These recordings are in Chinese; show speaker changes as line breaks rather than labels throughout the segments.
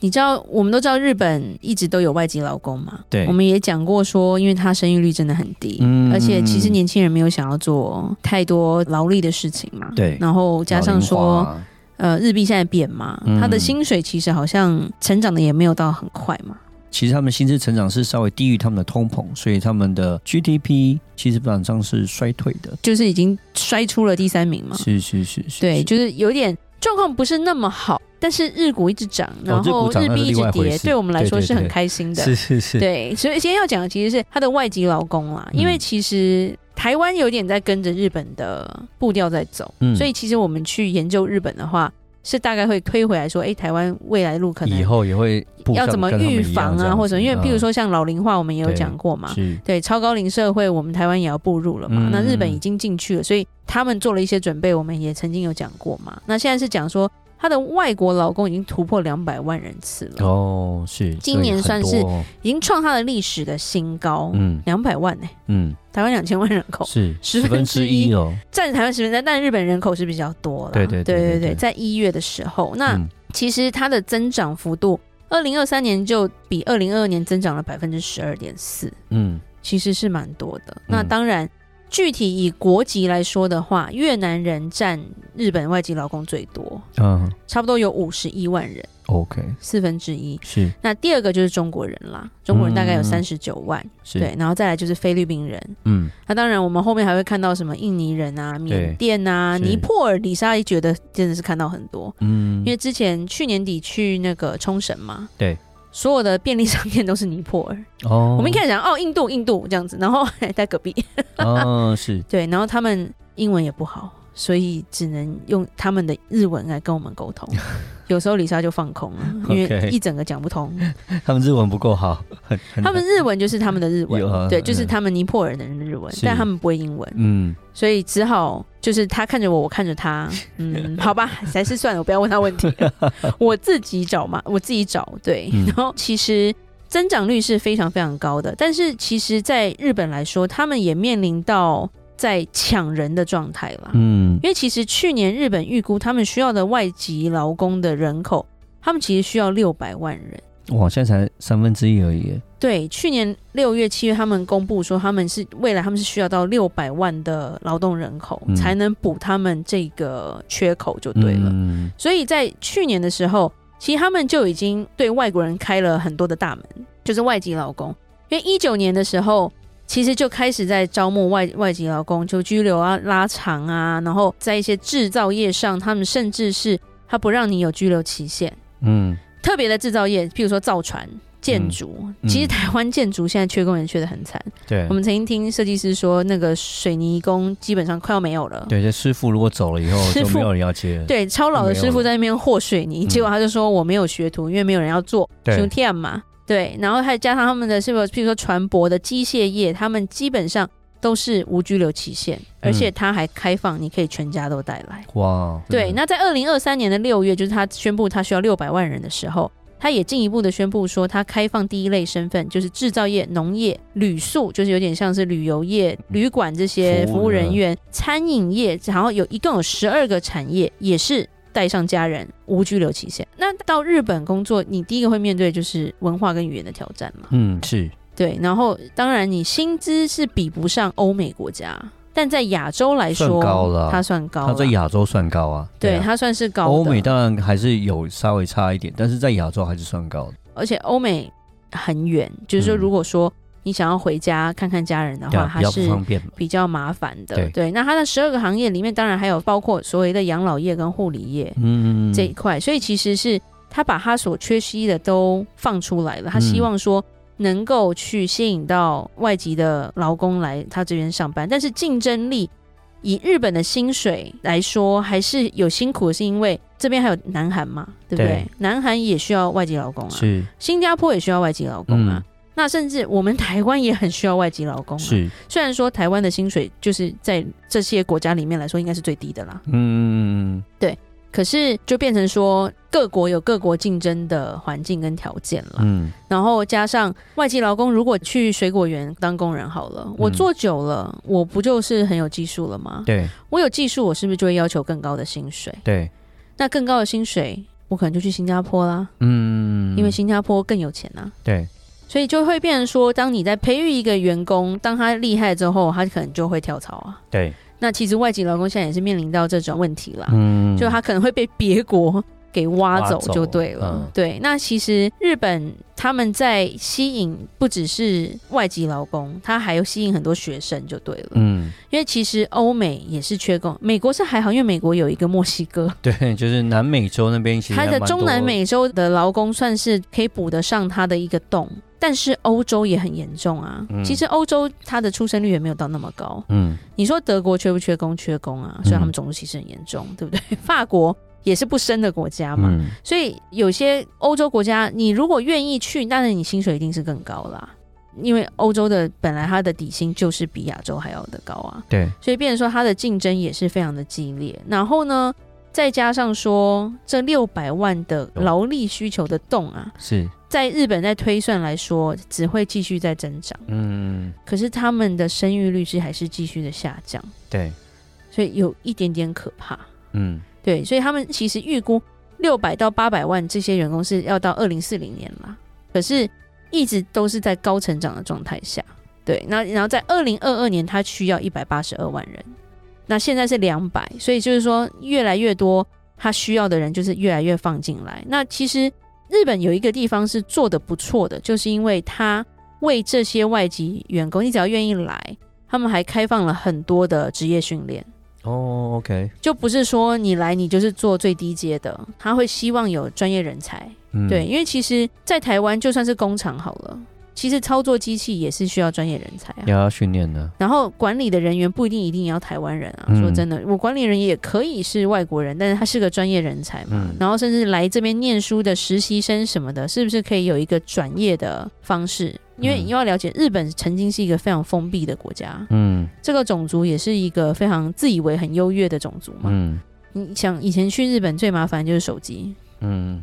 你知道我们都知道日本一直都有外籍劳工嘛？
对
我们也讲过说，因为它生育率真的很低，
嗯
而且其实年轻人没有想要做太多劳力的事情嘛。
对
然后加上说，
老龄化
呃，日币现在贬嘛，
嗯
他的薪水其实好像成长的也没有到很快嘛。
其实他们薪资成长是稍微低于他们的通膨，所以他们的 GDP 其实基本上是衰退的。
就是已经摔出了第三名嘛。
是是是是，
嗯对，
是
就是有点状况不是那么好，但是日股一直涨，然
哦日股
后
涨
日
那是
币一
另外
直
一回
跌，
事
对我们来说
对对
是很
对
开心的。
是是是，
对，所以今天要讲的其实是他的外籍劳工啦，
嗯
因为其实台湾有点在跟着日本的步调在走，
嗯
所以其实我们去研究日本的话，是大概会推回来说，哎，台湾未来路可
以
能
后也会步
要
向
怎么
跟他们
预
一样
防
这样
啊，
子嗯
或者因为譬如说像老龄化，我们也有
对
讲过嘛
嗯，是
对，超高龄社会，我们台湾也要步入了嘛。
嗯
那日本已经进去了，所以他们做了一些准备，我们也曾经有讲过嘛。那现在是讲说，他的外国劳工已经突破两百万人次了，
哦是，
今年
所以很
算是
多哦
已经创他的历史的新高，
嗯
两百、万呢、
嗯
台湾两千万人口，
是
哦十分
分
之
之
一
一哦，
占台湾十分之一，但日本人口是比较多了。
对对
对
对对对
在一月的时候，那
嗯
其实它的增长幅度，二零二三年就比二零二二年增长了百分之十二点四。
嗯
其实是蛮多的。那
嗯
当然，具体以国籍来说的话，越南人占日本外籍劳工最多，
嗯
差不多有五十一万人，
OK
四分之一。
是
那第二个就是中国人啦，中国人大概有
嗯
三十九万，
是
对，然后再来就是菲律宾人。
嗯
那当然，我们后面还会看到什么印尼人啊、缅甸啊、
是
尼泊尔。李莎也觉得真的是看到很多，
嗯
因为之前去年底去那个冲绳嘛，
对，
所有的便利商店都是尼泊尔。
哦
我们一开始想哦，印度印度这样子，然后在隔壁，
哦 是
对，然后他们英文也不好，所以只能用他们的日文来跟我们沟 通。有时候李莎就放空了，因为
OK
一整个讲不通。
他们日文不够好，很很
他们日文就是他们的日
有啊
文，对，就是
嗯
他们尼泊尔人的日文，
是
但他们不会英文，
嗯
所以只好就是他看着我，我看 着他，嗯，好吧，还是算了，我不要问他问题了，我自己找嘛，我自己找。对，
嗯
然后其实。增长率是非常非常高的，但是其实，在日本来说，他们也面临到在抢人的状态啦。
嗯
因为其实去年日本预估他们需要的外籍劳工的人口，他们其实需要六百万人。
哇现在才三分之一而已耶，
对，去年六月、七月，他们公布说他们是未来他们是需要到六百万的劳动人口、
嗯
才能补他们这个缺口，就对了。
嗯
所以在去年的时候，其实他们就已经对外国人开了很多的大门，就是外籍劳工。因为一九年的时候，其实就开始在招募外外籍劳工，就拘留啊、拉长啊，然后在一些制造业上，他们甚至是他不让你有拘留期限。
嗯
特别的制造业，譬如说造船、建筑，
嗯
其实台湾建筑现在缺工人缺的很惨。
对
我。们曾经听设计师说，那个水泥工基本上快要没有了。
对，这师傅如果走了以后，
师
就
傅
没有人要接了。
对，超老的师傅在那边和水泥，
嗯
结果他就说我没有学徒，因为没有人要做，
对
就这样嘛。对，然后还加上他们的是不是，譬如说船舶的机械业，他们基本上都是无拘留期限，
嗯
而且他还开放，你可以全家都带来。
哇，
对，那在二零二三年的六月，就是他宣布他需要六百万人的时候，他也进一步的宣布说，他开放第一类身份，就是制造业、农业、旅宿，就是有点像是旅游业、旅馆这些
嗯服务
服务人
业
员、餐饮业，然后有一共有十二个产业也是。带上家人，无拘留期限。那到日本工作，你第一个会面对就是文化跟语言的挑战嘛？
嗯是
对，然后当然你薪资是比不上欧美国家，但在亚洲来
算
说，
高了
它算高啊
它在亚洲算高啊，
对
啊
它算是高的。
欧美当然还是有稍微差一点，但是在亚洲还是算高的。
而且欧美很远，就是说，
嗯
如果说你想要回家看看家人的
对
话，
啊，比
它
较不
是
方便嘛。
比较麻烦的。
对
那它的十二个行业里面，当然还有包括所谓的养老业跟护理业
嗯，
啊这一块，所以其实是他把他所缺失的都放出来了，
嗯
他希望说。能够去吸引到外籍的劳工来他这边上班，但是竞争力以日本的薪水来说还是有辛苦，是因为这边还有南韩嘛，对不对？
对
南韩也需要外籍劳工啊，
是
新加坡也需要外籍劳工啊。那甚至我们台湾也很需要外籍劳工、
嗯
啊，
是，
虽然说台湾的薪水就是在这些国家里面来说应该是最低的啦，
嗯，
可是就变成说各国有各国竞争的环境跟条件了。
嗯，
然后加上外籍劳工，如果去水果园当工人好了，我做久了，我不就是很有技术了吗？
嗯嗯对
我有技术，我是不是就会要求更高的薪水？
对，
那更高的薪水，我可能就去新加坡啦，
嗯，
因为新加坡更有钱啊。
对，
所以就会变成说，当你在培育一个员工，当他厉害之后，他可能就会跳槽啊。
对，
那其实外籍劳工现在也是面临到这种问题啦。
嗯，
啊就他可能会被别国给挖走
挖走
就对了。
嗯
对，那其实日本他们在吸引不只是外籍劳工，他还有吸引很多学生就对了。
嗯，
因为其实欧美也是缺工，美国是还好，因为美国有一个墨西哥，
对，就是南美洲那边其实
它
还
的
蛮
中
多
南，美洲的劳工算是可以补得上它的一个洞。但是欧洲也很严重啊，
嗯
其实欧洲它的出生率也没有到那么高，
嗯，
你说德国缺不缺工？缺工啊，所以他们
嗯
种族歧视很严重，对不对？ 法国也是不生的国家嘛，
嗯，
所以有些欧洲国家，你如果愿意去，但是你薪水一定是更高啦，因为欧洲的本来它的底薪就是比亚洲还要的高啊，
对，
所以变成说它的竞争也是非常的激烈。然后呢，再加上说这六百万的劳力需求的洞啊，
是，
在日本在推算来说，只会继续在增长，
嗯，
可是他们的生育率是还是继续的下降。
对，
所以有一点点可怕。
嗯，
对，所以他们其实预估六百到八百万这些员工是要到二零四零年啦，可是一直都是在高成长的状态下。对，那然后在二零二二年，他需要一百八十二万人，那现在是两百，所以就是说越来越多他需要的人就是越来越放进来。那其实日本有一个地方是做的不错的，就是因为他为这些外籍员工，你只要愿意来，他们还开放了很多的职业训练。
哦，OK，
就不是说你来你就是做最低阶的，他会希望有专业人才。
嗯，
对，，因为其实，在台湾就算是工厂好了，其实操作机器也是需要专业人才啊。
也要训练的，
然后管理的人员不一定一定要台湾人啊。
嗯
说真的，我管理人也可以是外国人，但是他是个专业人才嘛。
嗯
然后甚至来这边念书的实习生什么的，是不是可以有一个转业的方式？因为
嗯
你要了解，日本曾经是一个非常封闭的国家，
嗯
这个种族也是一个非常自以为很优越的种族嘛。
嗯
你想以前去日本最麻烦就是手机，
嗯，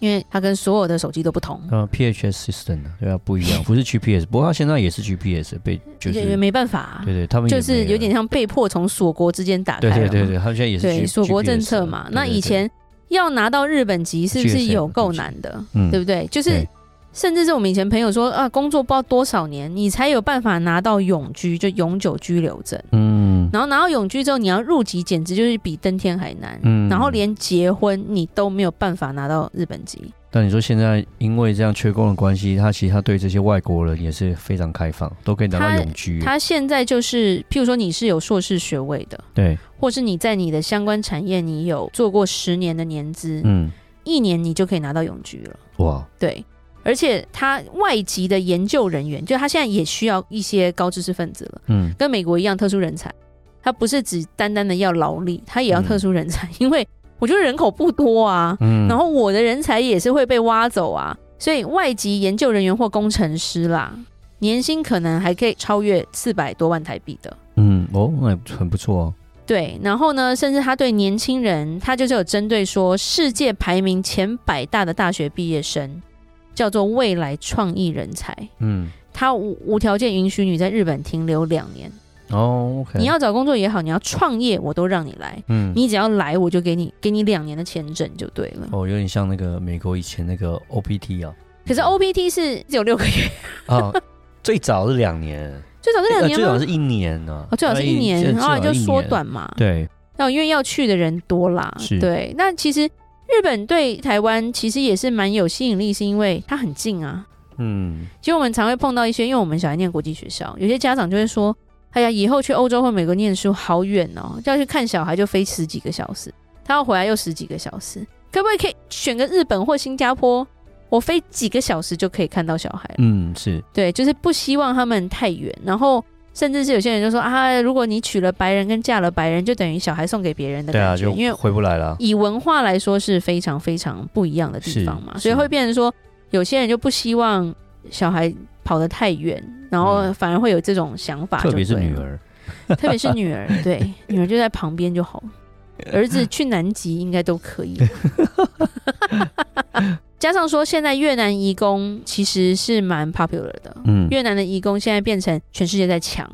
因为它跟所有的手机都不同，
呃，PHS system 啊，对啊，不一 样，不是 GPS，不过它现在也是 GPS 被就
也也
是。
没办法啊、
对对，他们也
就是
没
有点像被迫从锁国之间打开
对
了嘛
对对对，他们现在也是
对
G-
锁国政
GPS
策嘛。
对
那
对对
以前要拿到日本籍是不是
GSM
有够难的，
嗯
对不对？就是
对
甚至是我们以前朋友说啊，工作不知道多少年，你才有办法拿到永居，就永久居留证。
嗯
然后拿到永居之后，你要入籍简直就是比登天还难。
嗯，
然后连结婚你都没有办法拿到日本籍，
但你说现在因为这样缺工的关系，他其实他对这些外国人也是非常开放，都可以拿到
他
永居。
他现在就是，譬如说你是有硕士学位的，
对，
或是你在你的相关产业你有做过十年的年资，
嗯，
一年你就可以拿到永居了。
哇，
对，而且他外籍的研究人员，就他现在也需要一些高知识分子了，
嗯
跟美国一样特殊人才，他不是只单单的要劳力，他也要
嗯
特殊人才， 因为我觉得人口不多啊，
嗯，
然后我的人才也是会被挖走啊，所以外籍研究人员或工程师啦，年薪可能还可以超越四百多万台币的。
嗯哦，那也很不错哦。
对，然后呢，甚至他对年轻人，他就是有针对说世界排名前百大的大学毕业生，叫做未来创意人才，
嗯
他无无条件允许你在日本停留两年，
哦，OK，
你要找工作也好，你要创业我都让你来，
嗯
你只要来我就给你给你两年的签证就对了。
哦，有点像那个美国以前那个 OPT 啊
可是 OPT 是只有六个月，
啊，最早是两年，
最 少是两
呃
年
最
吗
早？是一年呢
哦，，最好是一
哎
年，然后
最早
就缩
一年
短嘛。
对，
那因为要去的人多啦，
是
对。那其实日本对台湾其实也是蛮有吸引力，是因为它很近啊。
嗯
其实我们常会碰到一些，因为我们小孩念国际学校，有些家长就会说：“哎呀，以后去欧洲或美国念书好远哦，要去看小孩就飞十几个小时，他要回来又十几个小时，可不可以可以选个日本或新加坡？我飞几个小时就可以看到小孩了。
嗯是，
对，就是不希望他们太远，然后甚至是有些人就说啊，如果你娶了白人跟嫁了白人，就等于小孩送给别人的
对啊，
感觉，
就
因为
回不来了。
以文化来说是非常非常不一样的地方嘛，
是
所以
是
会变成说，有些人就不希望小孩跑得太远，然后
嗯
反而会有这种想法，
特别是
就对
女
了
儿，
特别是 女儿，对，女儿就在旁边就好。儿子去南极应该都 可以。加上说，现在越南移工其实是蛮 popular 的，
嗯，
越南的移工现在变成全世界在抢，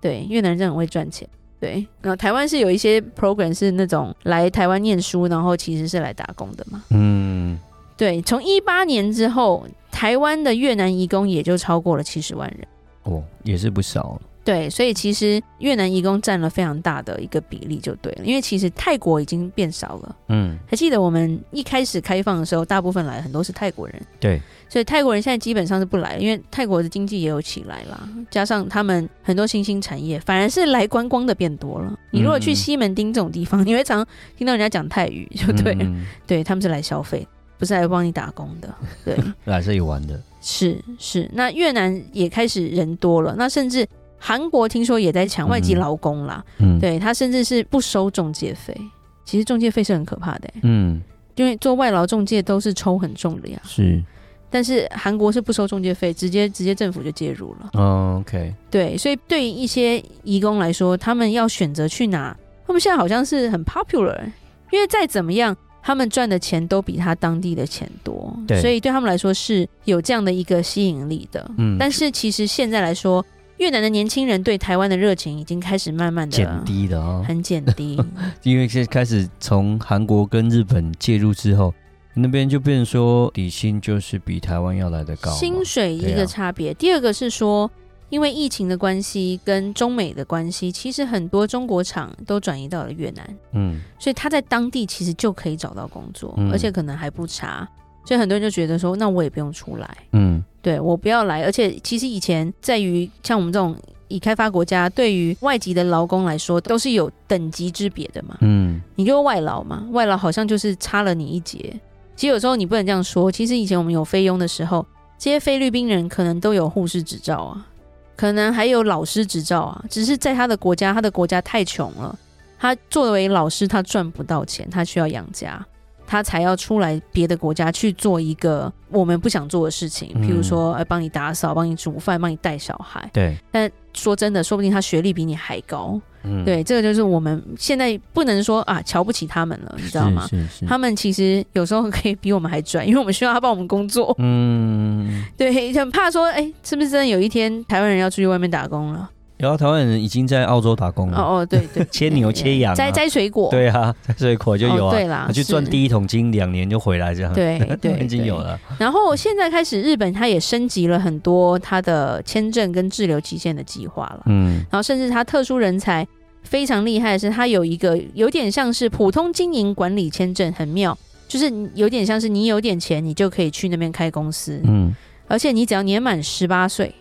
对，越南人真的很会赚钱。对，然后台湾是有一些 program 是那种来台湾念书，然后其实是来打工的嘛。
嗯，
对，从一八年之后，台湾的越南移工也就超过了七十万人。
哦，也是不少，
对，所以其实越南移工占了非常大的一个比例，就对了。因为其实泰国已经变少了，
嗯，
还记得我们一开始开放的时候，大部分来的很多是泰国人，
对，
所以泰国人现在基本上是不来了，因为泰国的经济也有起来啦，加上他们很多新兴产业，反而是来观光的变多了。你如果去
嗯
西门町这种地方，你会常听到人家讲泰语， 就对了，
嗯，嗯
对他们是来消费，不是来帮你打工的，对。
来这里玩的，
是是，那越南也开始人多了，那甚至韩国听说也在抢外籍
嗯
劳工啦，
嗯，，
对他甚至是不收中介费。其实中介费是很可怕的欸、
嗯，
因为做外劳中介都是抽很重的呀。
是
但是韩国是不收中介费，直接直接政府就介入了。
哦，OK，
对，所以对于一些移工来说，他们要选择去哪，他们现在好像是很 popular，欸因为再怎么样，他们赚的钱都比他当地的钱多，
对
所以对他们来说是有这样的一个吸引力的。
嗯，
但是其实现在来说，越南的年轻人对台湾的热情已经开始慢慢的
减低的哦，
很减低。
因为现在开始从韩国跟日本介入之后，那边就变成说底薪就是比台湾要来的高嘛，
薪水一
对
个
啊
差别，第二个是说，因为疫情的关系跟中美的关系，其实很多中国厂都转移到了越南，
嗯
所以他在当地其实就可以找到工作，
嗯
而且可能还不差。所以很多人就觉得说，那我也不用出来，
嗯
对我不要来。而且其实以前在于像我们这种已开发国家，对于外籍的劳工来说，都是有等级之别的嘛。
嗯
你就是外劳嘛，外劳好像就是差了你一截。其实有时候你不能这样说，其实以前我们有菲佣的时候，这些菲律宾人可能都有护士执照啊，可能还有老师执照啊，只是在他的国家，他的国家太穷了，他作为老师他赚不到钱，他需要养家。他才要出来别的国家去做一个我们不想做的事情，譬如说，呃，帮你打扫、帮你煮饭、帮你带小孩。
对，
但说真的，说不定他学历比你还高，
嗯
对，这个就是我们现在不能说啊瞧不起他们了，你知道吗？
是是是，
他们其实有时候可以比我们还赚，因为我们需要他帮我们工作。
嗯，
对，很怕说，哎、是不是真的有一天台湾人要出去外面打工了？
然后台湾人已经在澳洲打工了，
哦哦，对对，
切牛嗯切羊啊
摘摘水果，
对啊，在水果就有
哦、
啊，
对啦，
我去赚
是。
第一桶金，两年就回来这样，
对对，
已经
对
有。了，
然后现在开始，日本它也升级了很多它的签证跟滞留期限的计划了。
嗯
然后甚至他特殊人才非常厉害的是，他有一个有点像是普通经营管理签证，很妙，就是你有点像是你有点钱，你就可以去那边开公司，
嗯
而且你只要年满十八岁，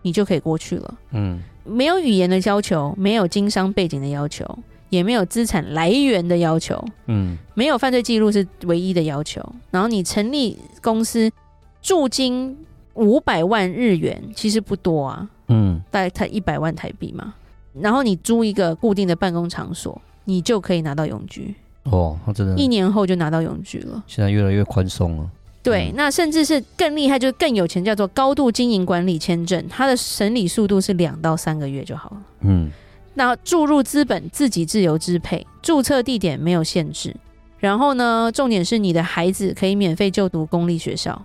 你就可以过去了，
嗯
没有语言的要求，没有经商背景的要求，也没有资产来源的要求，
嗯
没有犯罪记录是唯一的要求。然后你成立公司，驻金五百万日元，其实不多啊，
嗯
大概才一百万台币嘛。然后你租一个固定的办公场所，你就可以拿到永居，
哦，他真的
一年后就拿到永居了。
现在越来越宽松了，
对，
嗯
那甚至是更厉害，就是更有钱，叫做高度经营管理签证，它的审理速度是两到三个月就好了。
嗯
那注入资本自己自由支配，注册地点没有限制。然后呢，重点是你的孩子可以免费就读公立学校，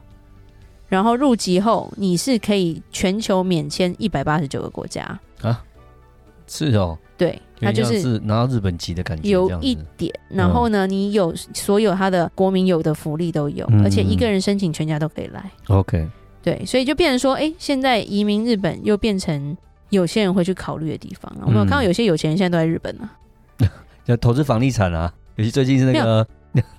然后入籍后你是可以全球免签一百八十九个国家。
是哦，
对，它
有
就
点
是
像是拿到日本籍的感觉，
有
这样
一
子
点，然后呢，你有所有他的国民有的福利都有，
嗯
而且一个人申请全家都可以来。
，OK，
对，所以就变成说，哎，现在移民日本又变成有些人会去考虑的地方了。啊
嗯
我们有看到有些有钱人现在都在日本啊 呢、
要投资房地产啊，尤其最近是那个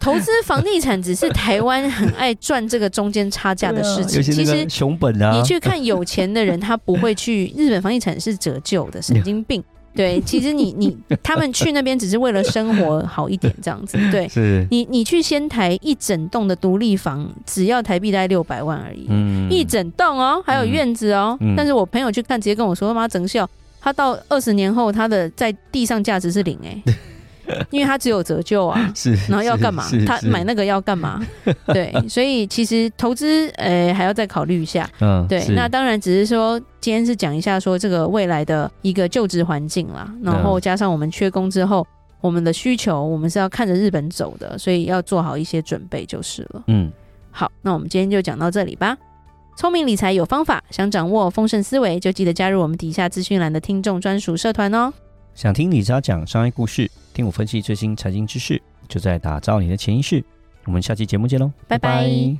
投资房地产只是台湾很爱赚这个中间差价的事情。
啊尤其
其
那
实
个熊本啊，
你去看有钱的人，他不会去日本房地产是折旧的，神经病。对，其实你你他们去那边只是为了生活好一点这样子。对，
是，
你你去仙台一整栋的独立房，只要台币大概六百万而已，
嗯
一整栋哦，还有院子哦。
嗯
但是我朋友去看，直接跟我说：“妈，整校，他到二十年后，他的在地上价值是零哎、 因为他只有折旧啊。
是，
然后要
是
干嘛
是？
他
是
买那个要 干嘛？对，所以其实投资呃还要再考虑一下。
嗯，
对，
是
那当然只是说今天是讲一下说这个未来的一个就职环境啦，然后加上我们缺工之后，我们的需求我们是要看着日本走的，所以要做好一些准备就是了。
嗯，
好，那我们今天就讲到这里吧。聪明理财有方法，想掌握丰盛思维，就记得加入我们底下资讯栏的听众专属社团哦。
想听李莎讲商业故事，听我分析最新财经知识，就在打造你的潜意识。我们下期节目见喽，
拜拜